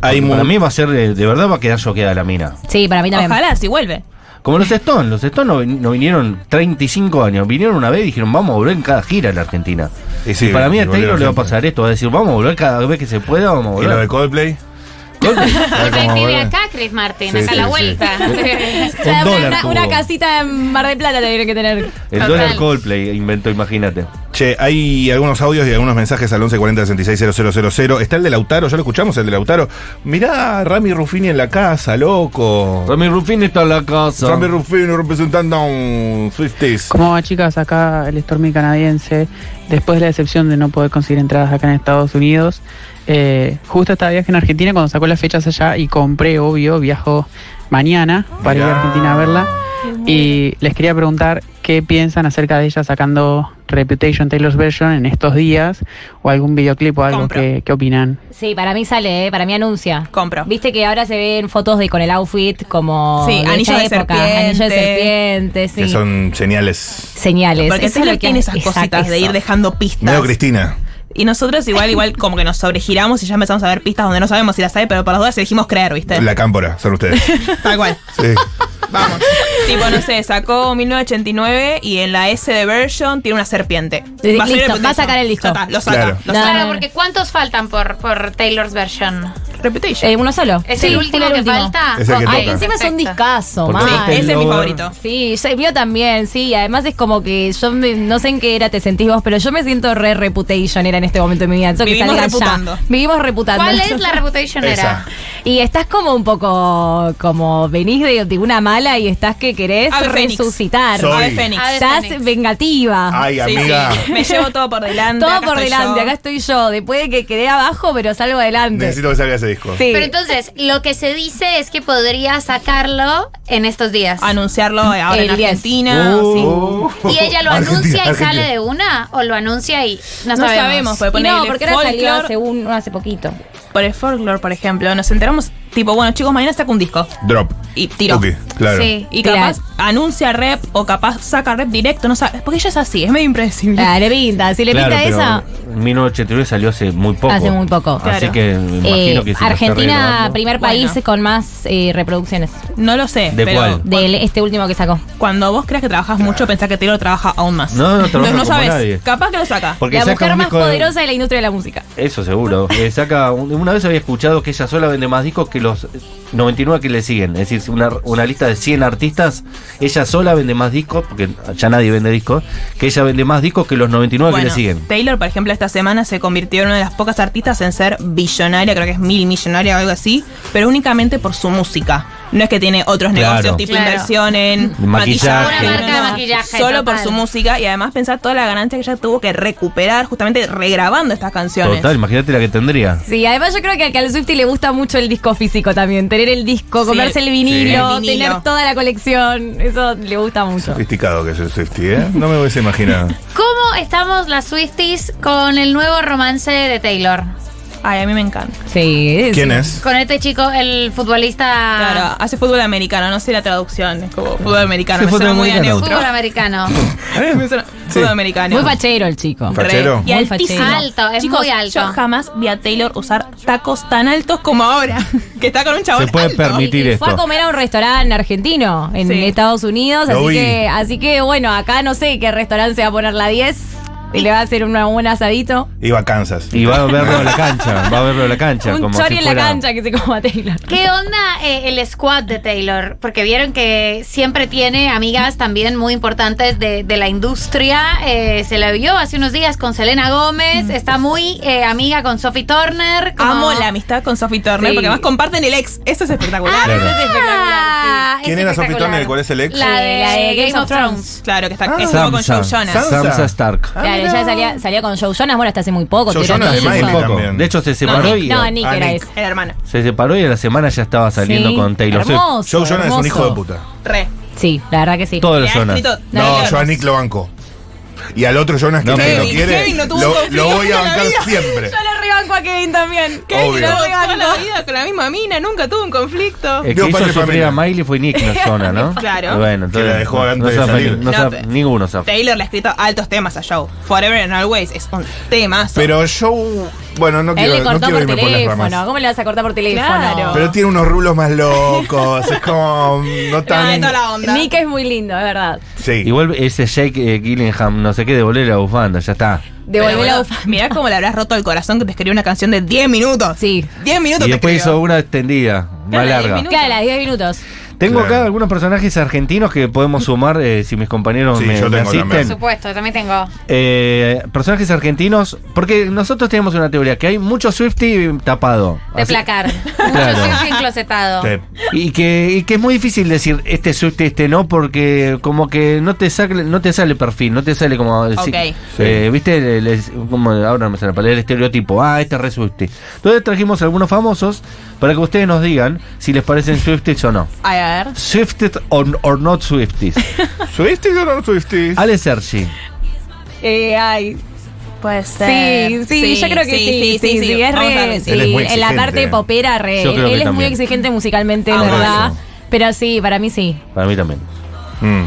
Hay Porque para mu- mí va a ser, eh, de verdad va a quedar choqueada la mina. Sí, para mí también. Ojalá, si vuelve. Como los Stones, los Stones no, vin- no vinieron 35 años, vinieron una vez y dijeron vamos a volver en cada gira a la Argentina. Y sí, y para mí a y volvieron Taylor le va a siempre. pasar esto, va a decir vamos a volver cada vez que se pueda, vamos a ¿Y volver. lo de [LAUGHS] Coldplay? Porque ¿Cómo escribe vuelve? acá Chris Martin, Sí, acá a sí, la sí. vuelta. [LAUGHS] O sea, Un una- dólar una, una tuvo. casita en Mar del Plata tendría que tener. El Total. dólar Coldplay inventó, imagínate. Che, hay algunos audios y algunos mensajes al 1140-660000. Está el de Lautaro, ya lo escuchamos, el de Lautaro. Mirá, a Rami Ruffini en la casa, loco. Rami Rufín está en la casa. Rami Ruffini representando a un Swifties. Como va, chicas, acá el Stormy canadiense, después de la decepción de no poder conseguir entradas acá en Estados Unidos, eh, justo estaba de viaje en Argentina cuando sacó las fechas allá y compré, obvio, viajo mañana para ir a Mirá. Argentina a verla. Y les quería preguntar qué piensan acerca de ella sacando Reputation Taylor's Version en estos días o algún videoclip o algo Compro. que, que opinan. Sí, para mí sale, ¿eh? para mí anuncia. Ah. Compro. Viste que ahora se ven fotos de con el outfit como. Sí, anillo esa de serpiente. Anillo de serpiente, Que sí. son señales. Señales. Porque Eso es Taylor tiene esas exacto, cositas de eso. ir dejando pistas. Medio Cristina. Y nosotros igual, [LAUGHS] igual como que nos sobregiramos y ya empezamos a ver pistas donde no sabemos si las hay, pero para las dudas elegimos creer, ¿viste? La cámpora, son [LAUGHS] ustedes. Tal cual. Sí. Vamos. [LAUGHS] tipo, no sé, sacó 1989 y en la S de version tiene una serpiente. Sí, salir listo, el va a sacar el disco. Ya está, lo saca. Claro. Lo saca. No, no, Claro, no. porque ¿cuántos faltan por, por Taylor's version? Reputation. Eh, uno solo. ¿Es Sí, el último fue que falta? Es el que Ok, Ay, toca. encima es un perfecto. discazo, Porque mal. Ah, este ese es mi logo- favorito. Sí, yo, yo también, sí. y Además es como que yo me- no sé en qué era te sentís vos, pero yo me siento re reputation era en este momento de mi vida. Eso que Vivimos salía ya. reputando. Vivimos reputando. ¿Cuál es la reputation Esa. era? Y estás como un poco, como venís de, de una mala y estás que querés Ave Fénix. resucitar. Soy- Ave Fénix. Ave Estás Fénix. vengativa. Ah, Ay, Sí, [LAUGHS] [LAUGHS] amiga. sí. Me llevo todo por delante. Todo acá por estoy delante, yo. acá estoy yo. Después de que quedé abajo, pero salgo adelante. Necesito que salga ese disco. Sí. Pero entonces, lo que se dice es que podría sacarlo en estos días. Anunciarlo ahora en El 10. Argentina. sí. Uh, ¿Y ella lo Argentina, anuncia y Argentina. sale de una? ¿O lo anuncia y no, No sabemos, pues Y no, ponerle porque era salido hace, folklore. un- hace poquito. Por el folklore, por ejemplo. Nos enteramos, tipo, bueno, chicos, mañana saca un disco. Drop. Y tiro. Ok, claro. Sí. Y Claro. capaz anuncia rep o capaz saca rep directo, no sabe. Porque ella es así, es medio impredecible. Ah, le pinta, si le Claro, pinta pero esa. 1989 salió hace muy poco. Hace muy poco. Así Claro. que me Eh, imagino que si lo está Argentina, renovando- primer Bueno. país con más eh, reproducciones No lo sé, ¿De pero cuál? de este último que sacó. cuando vos creas que trabajas mucho, pensá que Taylor trabaja aún más. No, no trabaja como sabes. nadie. Capaz que lo saca. Porque la saca mujer un más disco de- poderosa de la industria de la música. Eso seguro. [LAUGHS] Eh, saca un- una vez había escuchado que ella sola vende más discos que los 99 que le siguen. Es decir, una, una lista de 100 artistas, ella sola vende más discos, porque ya nadie vende discos, que ella vende más discos que los 99 que le Bueno, siguen. Taylor, por ejemplo, esta semana se convirtió en una de las pocas artistas en ser billonaria, creo que es mil millonaria o algo así, pero únicamente por su música. No es que tiene otros Claro. negocios tipo Claro. inversión en Maquillaje. Una marca de no, no. maquillaje, Solo total. por su música y además pensar toda la ganancia que ella tuvo que recuperar justamente regrabando estas canciones. Total, imagínate la que tendría. Sí, además yo creo que a Cal Swifty le gusta mucho el disco físico también. Tener el disco, Sí, comerse el vinilo, sí. El vinilo. tener toda la colección. Eso le gusta mucho. Sofisticado que es el Swifty, ¿eh? No me hubiese imaginado. ¿Cómo estamos las Swifties con el nuevo romance de Taylor? Ay, a mí me encanta. Sí. ¿Quién [LAUGHS] es? Con este chico, el futbolista Claro, hace fútbol americano, no sé la traducción, es como fútbol americano, Sí, me fútbol suena muy a americano. neutro. fútbol americano. [LAUGHS] Me suena- Fútbol americano. Muy fachero el chico. Re. Fachero. Y Muy altísimo. fachero. [LAUGHS] Alto, es Chicos, muy alto. Yo jamás vi a Taylor usar tacos tan altos como ahora. [LAUGHS] Que está con un chabón. Se puede alto. permitir. Y Fue a esto. comer a un restaurante argentino en Sí. Estados Unidos, Lo así vi. que, así que bueno, acá no sé qué restaurante se va a poner la 10 y le va a hacer una- un asadito. Iba a Kansas. Y va a verlo a la cancha, va a verlo a la [LAUGHS] cancha. un como chori si en la fuera- cancha que se coma Taylor. ¿Qué onda eh, el squad de Taylor? Porque vieron que siempre tiene amigas también muy importantes de, de la industria. Eh, se la vio hace unos días con Selena Gómez. Está muy eh, amiga con Sophie Turner. como- Amo la amistad con Sophie Turner Sí. porque además comparten el ex. Eso es espectacular. Claro. Ah. Ah, ¿Quién es era Sophie espectacular. Turner? ¿Cuál es el ex? La de, La de Game, of Thrones. Claro, que está Ah. que estuvo con Samsa. Joe Jonas. Samsa. Samsa Stark. Ah, Claro, mira. ella salía, salía con Joe Jonas, bueno, hasta hace muy poco. Joe tuvieron dos Jonas de hijos. Miley Poco. también. De hecho, se separó No, y. no, Nick Ah, era Nick. ese. El hermano. Se separó y a la semana ya estaba saliendo Sí, con Taylor Swift. hermoso, Joe Jonas es un hermoso. hijo de puta. Re. Sí, la verdad que sí. Todos Le los ha Jonas. escrito- No, Dale, yo a Nick lo banco. Y al otro Jonas que No, nadie pero- lo quiere, Kevin no tuvo un lo, conflicto lo voy en a la bancar vida. [LAUGHS] siempre. le rebanco a Kevin también. Kevin, Obvio. lo Toda la vida con la misma mina, nunca tuvo un conflicto. El Eh, que Digo, hizo padre de sufrir familia. a Miley fue Nick, no [LAUGHS] Jonah, ¿no? Claro. Bueno, Que la dejó antes no de zafa salir. ni- no No, zafa- pero- ninguno zafa. Taylor le ha escrito altos temas a Joe. Forever and Always es un tema. Pero Joe, bueno, no Él quiero, le no cortó quiero por irme por las teléfono. ramas. ¿Cómo le vas a cortar por teléfono? Claro. Pero tiene unos rulos más locos, es como [LAUGHS] no Trae tan... toda la onda. Nick es muy lindo, es verdad. Sí. Igual ese Jake eh, Gillingham, no sé qué, devolver la bufanda, ya está. Pero Devolver la bueno, bufanda. Mirá cómo le habrás roto el corazón que te escribió una canción de 10 minutos. Sí. 10 minutos Y te después escribió. hizo una extendida, más diez larga. minutos. Claro, a las 10 minutos. Tengo Claro. acá algunos personajes argentinos que podemos sumar eh, si mis compañeros Sí, me, yo me tengo también. asisten. Por supuesto, yo también tengo. Eh, personajes argentinos, porque nosotros tenemos una teoría que hay mucho Swifty tapado. De Así- placar. Claro. Yo soy un [LAUGHS] enclosetado. Sí. Y que, y que es muy difícil decir este Swifty, este no, porque como que no te sale, no te sale perfil, no te sale como decir, eh, viste, Le- les- como ahora no me sale la palabra, el estereotipo, ah, este es re Swifty. Entonces trajimos algunos famosos para que ustedes nos digan si les parecen Swifties o no. Ay, a ver. Swifted or, or not Swifties. ¿Swifties o no Swifties? Ale Sergi. Eh, ay. Puede Sí, sí, yo creo que sí. Sí, sí, Es Vamos a re, ver, sí, Él es muy en la exigente. parte popera, re. Yo creo que Él es muy también. exigente musicalmente, Ah, ¿verdad? bueno. Pero sí, para mí sí. Para mí también. Mm.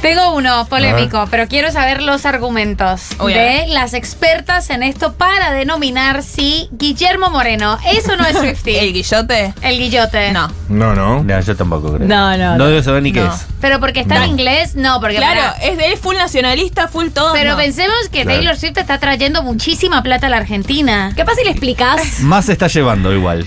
Tengo uno A polémico, pero quiero saber los argumentos Uy, a de las expertas en esto para denominar si Guillermo Moreno es o no es [LAUGHS] ¿El Swifty. guillote? El guillote. No. No, no. No, yo tampoco creo. No, no, No no. debo saber ni qué No. es. Pero porque está en No. inglés, no, porque Claro, pará. es de él full nacionalista, full todo. Pero no. pensemos que Claro. Taylor Swift está trayendo muchísima plata a la Argentina. Capaz si le [LAUGHS] explicás. Más se está llevando igual.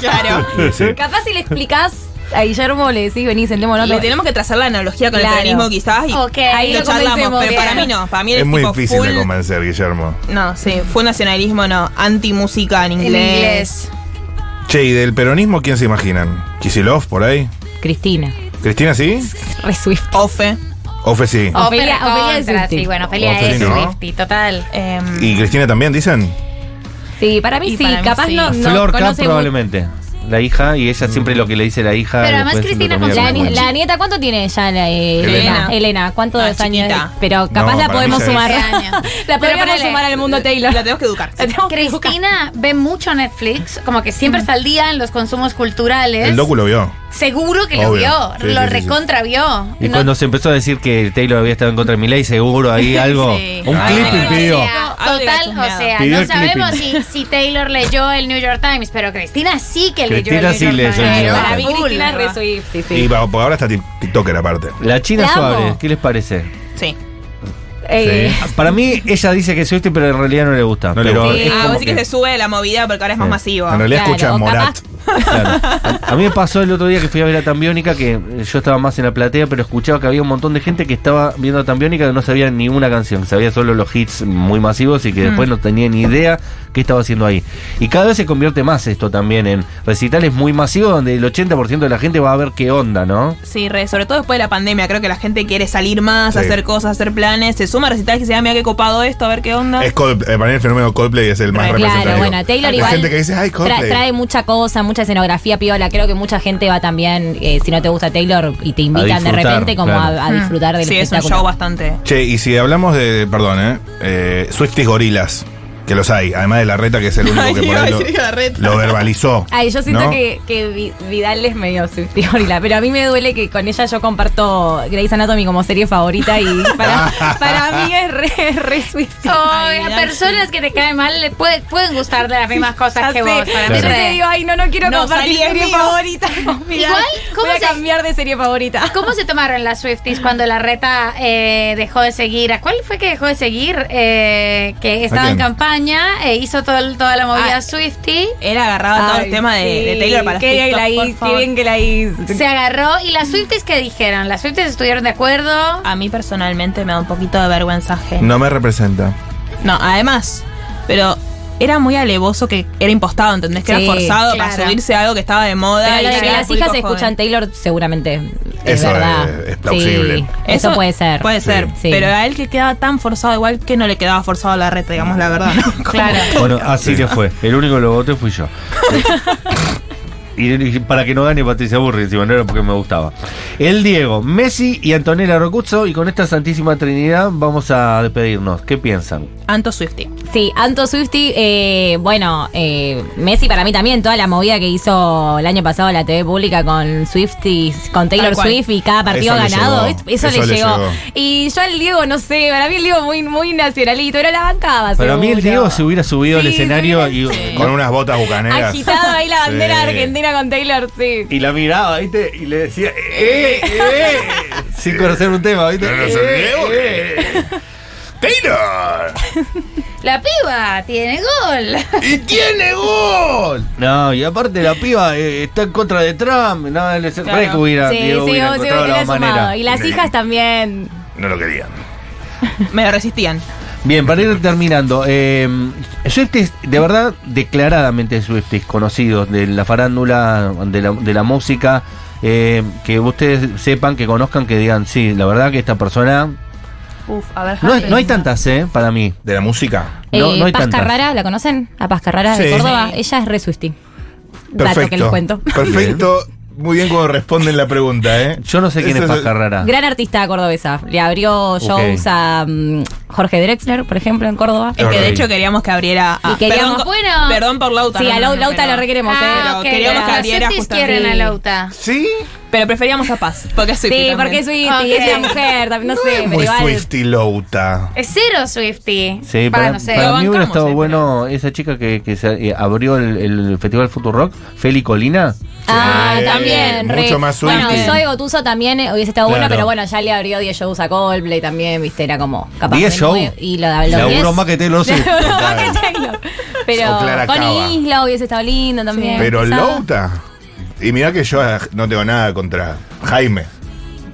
Claro. Sí, sí. Capaz si le explicás a Guillermo le decís, vení, sentémonos. Le tenemos que trazar la analogía con Claro. el peronismo quizás y Ok, ahí lo lo charlamos, convencemos. pero Bien. para mí no, para mí él Es muy tipo difícil de full- convencer, Guillermo. No, sí, fue nacionalismo, no, anti-música en En inglés. inglés. Che, ¿y del peronismo quién se imaginan? ¿Kisilov por ahí? Cristina. ¿Cristina sí? Re Swift. Ofe. ¿Ofe sí? Oh. Ofelia- Ope Ofelia es recontra, Swiftie. Sí, bueno, Ofelia Ofelia es no. Swiftie, total. em, ¿Y Cristina también, dicen? Sí, para mí Y sí. para mí capaz sí. no, no Flor K conoce muy- probablemente. La hija, y Mm. ella siempre lo que le dice la hija. Pero además después, entre Cristina comillas, La, funciona lo ni- cuenta. la nieta, ¿cuánto tiene ya la, eh, Elena. Elena? Elena, ¿cuántos Ah, años? chiquita. Pero capaz No, la para podemos mí ya sumar. es. Años. [LAUGHS] la Este Pero podríamos ponele- sumar al mundo Taylor. La tenemos que educar. La tenemos que buscar. Cristina ve mucho Netflix, como que siempre está al día en los consumos culturales. El docu lo vio. Seguro que lo Obvio. vio, Sí, lo sí, sí, sí. recontra vio. Y No- cuando se empezó a decir que Taylor había estado en contra de Milei, seguro ahí algo. Sí. Un Ah. clip O y pidió. sea, Algo le total, había o sea, Pidió no el sabemos si, si Taylor leyó el New York Times, pero Cristina sí que leyó Cristina el New sí York leyó el Times. New York Para mí Times. Full, Cristina es re ¿verdad? Swift, sí, sí. Y va- por ahora está tic- TikToker aparte. La China La Suárez, amo. ¿qué les parece? Sí. Eh, Sí. Para mí, ella dice que es Swiftie, pero en realidad no le gusta. No le pero gusta. es Ah, como así que... que- se sube la movida porque ahora es más Sí. masivo. En realidad Claro, escucha o [LAUGHS] Morat. Claro. A mí me pasó el otro día que fui a ver a Tambiónica, que eh, yo estaba más en la platea, pero escuchaba que había un montón de gente que estaba viendo a Tambiónica que no sabía ni una canción, sabía solo los hits muy masivos y que después no tenía ni idea qué estaba haciendo ahí. Y cada vez se convierte más esto también en recitales muy masivos donde el 80% de la gente va a ver qué onda, ¿no? Sí, re, sobre todo después de la pandemia, creo que la gente quiere salir más, Sí. hacer cosas, hacer planes, se suma a recitales que se llama, mira qué copado esto, a ver qué onda. Es Cold- eh, para mí el fenómeno Coldplay es el más Claro, Claro, representativo. bueno, Taylor La igual gente que dice, ay, tra- Coldplay. trae mucha cosa, mucha escenografía piola. Creo que mucha gente va también, eh, si no te gusta Taylor y te invitan de disfrutar, repente, como claro. a, a disfrutar del sí, es un espectáculo. show bastante. Che, y si hablamos de, perdón, eh, eh Swifties gorilas, que los hay, además de la reta que es el único que por ahí lo, lo verbalizó. Ay, yo siento ¿no? que, que Vi- Vidal es medio Swiftie gorila, pero a mí me duele que con ella yo comparto Grey's Anatomy como serie favorita [LAUGHS] y para, para mí es re, re Swiftie. O Ay, a mira, personas que te caen mal le puede- pueden gustar de las mismas cosas que Ya vos. sé. Para mí Yo te re- digo, ay, no, no quiero No, salí, compartir serie amigo. favorita con Vidal. Igual, ¿cómo Voy se- a cambiar de serie favorita. ¿Cómo se tomaron las Swifties cuando la reta eh, dejó de seguir? ¿A cuál fue que dejó de seguir? Eh, que ¿A estaba quién? en campaña, eh, hizo todo, el- toda la movida Ah. Swiftie. Él agarraba Ah, todo el Ay, tema de, de sí, Taylor para qué bien TikTok, la por hice, favor. qué bien que la hice. [LAUGHS] Se agarró y las Swifties que dijeron, las Swifties estuvieron de acuerdo. Ah, A mí personalmente me da un poquito de vergüenza ajena. No me representa. No, además, pero era muy alevoso que era impostado, ¿entendés? Que Sí, era forzado claro. para subirse a algo que estaba de moda. Pero y lo de que llegar al las público hijas escuchan joven. Taylor seguramente es Eso verdad. es- es plausible. Sí, eso, puede ser. Puede ser. Sí. Pero a él que quedaba tan forzado, igual que no le quedaba forzado a la reta, digamos la verdad. ¿no? [LAUGHS] Claro. Bueno, así que fue. El único que lo voté fui yo. Y y para que no gane Patricia Burri, encima no era porque me gustaba. El Diego, Messi y Antonella Rocuzzo. Y con esta Santísima Trinidad vamos a despedirnos. ¿Qué piensan? Anto Swifty. Sí, Anto Swifty, eh, bueno, eh, Messi para mí también, toda la movida que hizo el año pasado la TV pública con Swifty, con Taylor Tal cual. Swift y cada partido Eso le ganado, llegó, es- eso, eso le, le llegó. llegó. Y yo al Diego, no sé, para mí el Diego muy, muy nacionalito, era la bancada. Para mí el seguro. Diego se hubiera subido al Sí, escenario y, Con unas botas bucaneras. Agitado ahí la bandera Sí. argentina con Taylor, sí. y la miraba, ¿viste? Y le decía, ¡eh! [LAUGHS] ¡eh! Sin conocer un tema, ¿viste? No, no, soy Diego, eh. ¡Taylor! La piba tiene gol. ¡Y tiene gol! No, y aparte la piba eh, está en contra de Trump. No, le re que hubiera, Sí, Diego sí, hubiera vos- sí, encontrado hubiera la sumado. manera. Y las hijas también. No lo querían. Me lo resistían. Bien, para ir terminando, eh, Swifties, de verdad, declaradamente Swifties, conocidos de la farándula, de la, de la música, eh, que ustedes sepan, que conozcan, que digan, sí, la verdad que esta persona... Uf, a ver, No, hay- no hay tantas, ¿eh? Para mí. ¿De la música? No, Eh, no hay Paz tantas. Carrara, ¿la conocen? A Paz Carrara Sí. de Córdoba. Sí. Ella es re Swifty. Dato que les Perfecto. cuento. Perfecto. Muy bien como responden la pregunta, ¿eh? Yo no sé quién Ese es el- Paz Carrara. Gran artista cordobesa. Le abrió shows a mm, Jorge Drexler, por ejemplo, en Córdoba. Eh, Es que de hecho queríamos que abriera. a- Y queríamos- perdón, Bueno. perdón por Lauta. Sí, no, a no, Lau- no, Lauta pero- lo requeremos, Ah, eh. Pero ok, queríamos las que abriera Swifties justamente- quieren a Lauta. ¿Sí? Pero preferíamos a Paz, porque soy Sí, porque es Swiftie, y es Ok. una mujer, también, no sé, pero Muy igual. Swifty Louta. Es cero Swifty. Sí, para, no sé. para Lo mí hubiera bancamos, estado eh, bueno esa chica que, que se, eh, abrió el, el Festival Futurock, Feli Colina. Ah, Sí, también. re. mucho más Bueno, Swiftie. Soy Gotuso también eh, hubiese estado bueno, Claro. pero bueno, ya le abrió 10 shows a Coldplay también, viste, era como capaz. 10 de shows. nuevo, Y lo de Laburó [LAUGHS] más que Taylor Swift. Pero O Clara Cava. con Isla hubiese estado lindo también. Pero quizá. Louta. Y mirá que yo eh, no tengo nada contra Jaime.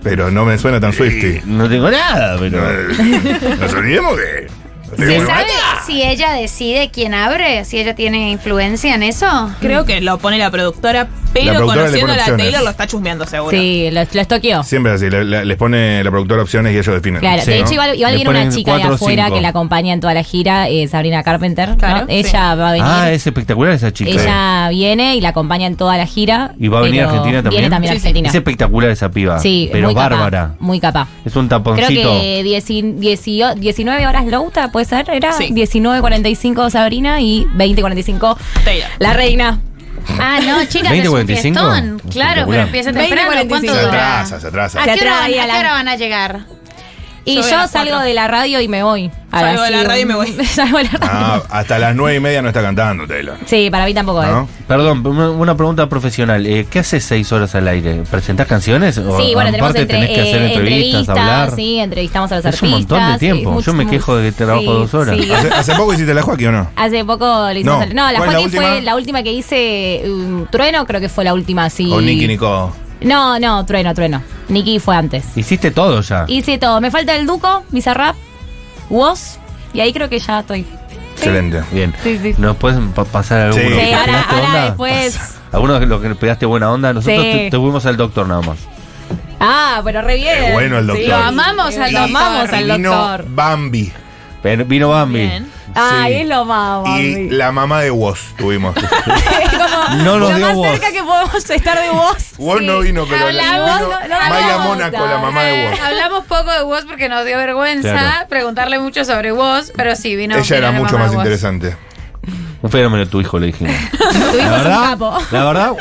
Pero no me suena tan Swifty. No tengo nada, pero. Nos olvidemos que. ¿Se sabe si ella decide quién abre? ¿Si ella tiene influencia en eso? Creo que lo pone la productora, pero La productora le conociendo a pone la opciones. Taylor lo está chusmeando seguro. Sí, lo, lo estoqueó. Siempre así, le- le- les pone la productora opciones y ellos definen. Claro, Sí, de ¿no? hecho igual, igual Le viene una ponen chica de cuatro o afuera cinco. que la acompaña en toda la gira, eh, Sabrina Carpenter. ¿no? Claro, sí. Ella va a venir. Ah, es espectacular esa chica. Ella viene y la acompaña en toda la gira. ¿Y va a venir pero a Argentina también? Viene también a Sí, sí. Argentina. Es espectacular esa piba. Sí, pero muy capaz, bárbara. muy capaz. Es un Creo taponcito. que dieci- diecio- 19 horas Louta, ¿puede ser? Era Sí. 19.45 Sabrina y 20.45 Taylor. la reina. Ah, no, chicas, 20, es un 45? fiestón. Claro, pero Espectacular. empieza temprano. 20, ¿Cuánto Se 45. dura? atrasa, se atrasa. ¿A Se qué, hora van, atrasa, a qué Alan. hora van a llegar? Y Yo yo, voy a las salgo cuatro. de la radio y me voy. A Salgo de las la cinco. radio y me voy. [LAUGHS] salgo de la radio. Ah, hasta las nueve y media no está cantando Taylor. Sí, para mí tampoco ¿eh? ¿no? es. Perdón, una- una pregunta profesional. Eh, ¿Qué haces seis horas al aire? ¿Presentás canciones? ¿O Sí, bueno, tenemos aparte entre, tenés que hacer eh, entrevistas, hablar? sí, entrevistamos a los Es un artistas. montón de sí, tiempo. mucho- Yo me quejo de que trabajo dos horas. sí. [LAUGHS] ¿Hace, hace poco hiciste la Joaquín o no? Hace poco le No, hicimos. No, la ¿cuál es la Joaquín fue última? la última que hice. um, trueno creo que fue la última, sí. Con Nicky Nico. No, no, trueno, trueno. Nicky fue antes. Hiciste todo ya. Hice todo. Me falta el Duco, Bizarrap, Woz, y ahí creo que ya estoy. Excelente. Bien. ¿Nos puedes pa- pasar alguno Sí. que Sí, te ahora- pegaste ahora onda? después. Pasa. Algunos de los que le pegaste buena onda. Nosotros Sí. te, te fuimos al doctor nada más. Ah, pero re bien. Qué bueno el doctor. lo amamos al lo doctor. amamos al Vino doctor. Bambi. Pero vino Bambi. Bien. Ay, Sí. es lo amamos. Y la mamá de Woz tuvimos. No nos lo dio más voz. cerca que podemos estar de [LAUGHS] vos. [LAUGHS] Woz no vino, pero la, Hablamos, vino no- no Maya hablamos, Mónaco, la no. mamá de Woz. Eh, hablamos poco de vos porque nos dio vergüenza Claro. preguntarle mucho sobre vos, pero sí, vino. Ella era vino la mucho mamá más de Woz. interesante. Un fenómeno tu hijo, le dijimos. Tuvimos la un verdad, capo. la verdad,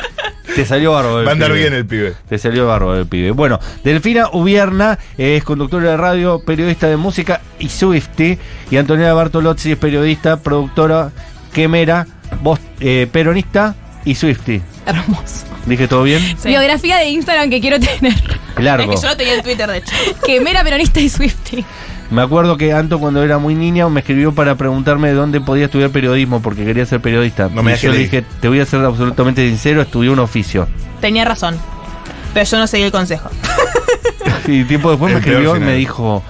te salió bárbaro. el Va a andar pibe. bien el pibe. Te salió bárbaro el pibe. Bueno, Delfina Ubierna eh, es conductora de radio, periodista de música y Swifty. Y Antonella Bartolozzi es periodista, productora, quemera, voz, eh, peronista y Swifty. Hermoso. ¿Dije [LAUGHS] todo bien? Sí. Biografía de Instagram que quiero tener. [LAUGHS] Es Largo. que yo lo tenía en Twitter, de hecho. Que mera peronista y Swifty. Me acuerdo que Anto cuando era muy niña me escribió para preguntarme de dónde podía estudiar periodismo porque quería ser periodista. No me y dejes yo le de dije, te voy a ser absolutamente sincero, estudié un oficio. Tenía razón. Pero yo no seguí el consejo. [LAUGHS] Y tiempo después me El peor escribió y final. me dijo,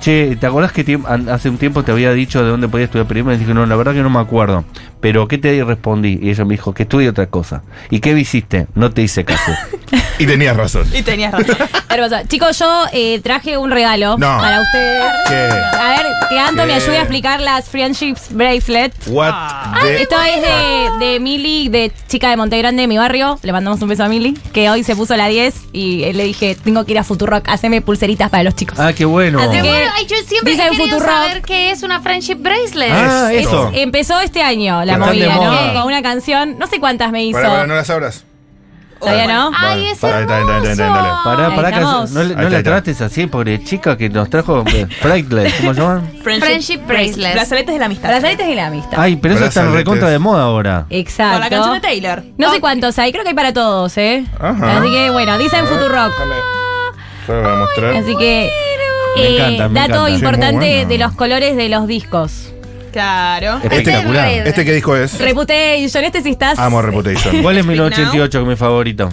che, ¿te acordás que tiemp- an- hace un tiempo te había dicho de dónde podía estudiar periodismo? Y dije, no, la verdad que no me acuerdo. Pero ¿qué te respondí? Y ella me dijo, que estudie otra cosa. ¿Y qué hiciste? No te hice caso. [LAUGHS] Y tenías razón. Ah. Y tenías razón. [LAUGHS] Hermoso. Chicos, yo eh, traje un regalo No. para ustedes. ¿Qué? A ver, que Anto me ¿Qué? ayude a explicar las Friendships Bracelet. What the- Esto es de, de Mili, de chica de Monte Grande, de mi barrio. Le mandamos un beso a Mili, que hoy se puso la 10 y eh, le dije, tengo que ir a Futurock, haceme pulseritas para los chicos. ah, qué bueno. Así que- Bueno, ay, yo siempre Dice he en querido Futurock. saber qué es una friendship bracelet. Ah, Es- eso. empezó este año la Que están de movida, ¿no? moda. Con una canción, no sé cuántas me hizo. Pará, pará, no las abras. ¿Todavía no? Ay, Bueno, es pará, está bien, está bien, está bien, dale. hermoso. Pará, Ahí pará, que estamos. no, le- Ahí no está, ahí la está. trates así, pobre chica que nos trajo eh, Brightlet, ¿cómo se llama? Friendship bracelet. Brazaletes de la amistad. Brazaletes de la amistad. Ay, pero eso está en Brazaletes. recontra de moda ahora. Exacto. Por la canción de Taylor. No sé cuántos hay, creo que hay para todos, ¿eh? Ajá. Así que bueno, dice en Futurock. Dame. Solo para mostrar. Así que. eh, Me encanta, me dato encanta. importante Sí, muy bueno. de los colores de los discos. Claro. Espectacular. Este es ¿Este qué disco es? Reputation, este si estás. Amo Reputation. ¿Cuál es 1988 que es mi favorito?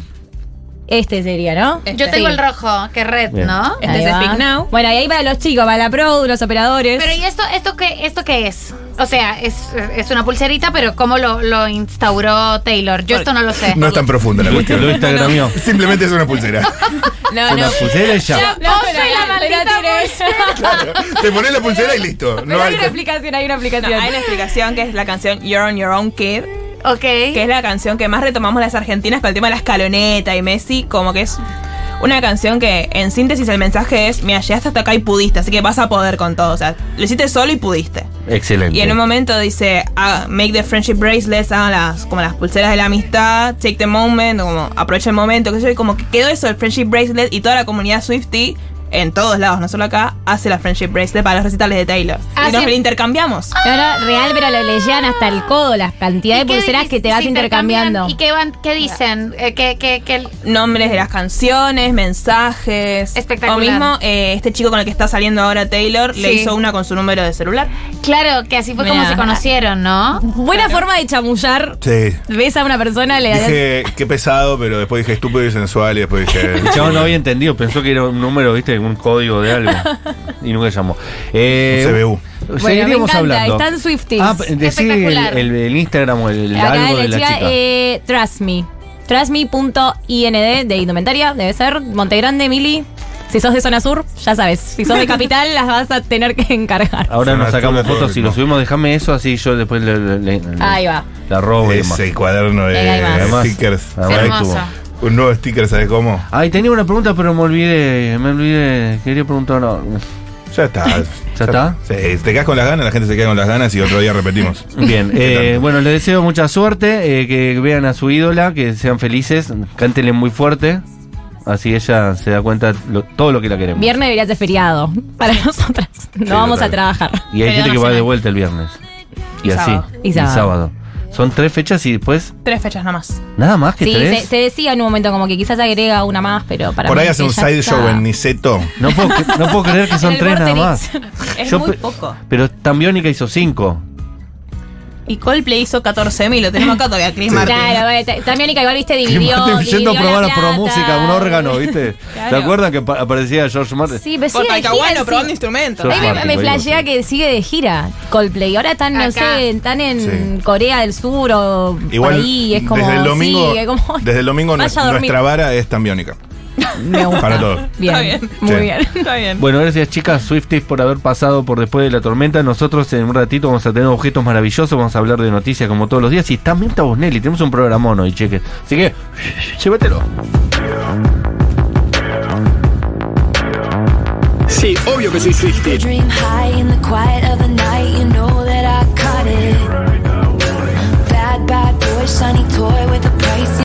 Este sería, ¿no? Yo Este. tengo Sí. el rojo, que es red, Bien. ¿no? Este es Ahí va. Speak Now. Bueno, y ahí para los chicos, para la pro, los operadores. Pero ¿y esto, esto qué, esto qué es? O sea, es, es una pulserita, pero ¿cómo lo, lo instauró Taylor? Pues, Yo esto no lo sé. No es tan profunda la Lo, lo cuestión. instagramió. Simplemente es una pulsera. No, Una pulsera y ya. No, pero soy la pero maldita tiene- Te pones la pulsera y listo. Pero No hay hay. una explicación, hay una No, explicación. hay una explicación que es la canción You're on Your Own Kid, Ok. que es la canción que más retomamos las argentinas con el tema de la escaloneta y Messi, como que es una canción que en síntesis el mensaje es, mira, llegaste hasta acá y pudiste, así que vas a poder con todo, o sea, lo hiciste solo y pudiste. Excelente. Y en un momento dice, ah, make the friendship bracelets, hagan las, como las pulseras de la amistad, take the moment, o como aprovecha el momento, que yo, y como que quedó eso, el friendship bracelet, y toda la comunidad Swifty, en todos lados, no solo acá, hace la friendship bracelet para los recitales de Taylor. Ah, y nos sí. reintercambiamos. No, no, real, pero lo leían hasta el codo, las cantidades ¿Y de qué pulseras dice- que te vas se intercambiando. intercambian? ¿Y qué, van, qué dicen? Eh, que, que, que el- Nombres de las canciones, mensajes. Espectacular. O mismo, eh, este chico con el que está saliendo ahora Taylor le Sí. hizo una con su número de celular. claro, que así fue como Mira. se conocieron, ¿no? Buena forma de chamullar. Sí. Ves a una persona, le das. Dije, qué pesado, pero después dije estúpido y sensual, y después dije. [LAUGHS] El chavo no había entendido, pensó que era un número, viste, un código de algo. Y nunca llamó. Eh, Un CBU. seguiríamos me encanta, hablando. están Swifties. Ah, p- decí el, Espectacular. el- el Instagram o el Acá algo la de la chica, chica. eh, Trust Me. Trustme.ind de indumentaria, debe ser. Montegrande, Mili. Si sos de zona sur, ya sabes. Si [LAUGHS] sos de capital, las vas a tener que encargar. Ahora Se nos me sacamos atura todo fotos el y lo cuerpo. subimos, déjame eso así yo después le, le- le- Ahí va. la robo y demás. Ese cuaderno de Ahí va. Además, stickers. además Hermoso. estuvo. Un nuevo sticker, ¿sabes cómo? Ay, tenía una pregunta, pero me olvidé, me olvidé, quería preguntar no. Ya está. [LAUGHS] ¿Ya está? Sí, te quedas con las ganas, la gente se queda con las ganas y otro día repetimos. Bien, ¿Qué eh, tanto? bueno, les deseo mucha suerte, eh, que vean a su ídola, que sean felices, cántenle muy fuerte, así ella se da cuenta lo- todo lo que la queremos. Viernes debería ser feriado para nosotras. No vamos total. a trabajar. Y hay Feriado gente que va nacional. de vuelta el viernes. Y, Y así. sábado. Y sábado. Son tres fechas y después Tres fechas nada más. nada más que Sí, se, tres. se decía en un momento como que quizás agrega una más, pero para Por ahí mí hace un que ya side está. show en Niceto. No, puedo, cre- no puedo [LAUGHS] creer que son En el tres nada más. Vorterix. [LAUGHS] Es Yo muy pe- poco. Pero Tambiónica hizo cinco. Y Coldplay hizo 14.000, lo tenemos acá todavía, Chris Martin. Claro, vale, ta- también Ica igual, viste, dividió. yendo a dividió probar la a Pro plata. Música, un órgano, ¿viste? ¿Se Claro. acuerdan que pa- aparecía George Martin? Sí, pero Por sigue de gira, Talcahuano sí. probando instrumentos. Yo- Ahí me, Martin, me boludo, flashea sí. que sigue de gira Coldplay. Ahora están, no Acá. sé, están en Sí. Corea del Sur o Igual, por ahí. Es como, desde el domingo, sigue, como- [LAUGHS] desde el domingo Vaya a nues- dormir. nuestra vara es tan biónica. Me gusta. Para todos. Bien, Está bien. muy Sí. bien. Está bien. Bueno, gracias chicas Swifties por haber pasado por después de la tormenta. Nosotros en un ratito vamos a tener objetos maravillosos, vamos a hablar de noticias como todos los días. Y está Mirta Bosnelli, tenemos un programón hoy, cheque. Así que, llévatelo. Sí, obvio que soy Swifty. Dream high in the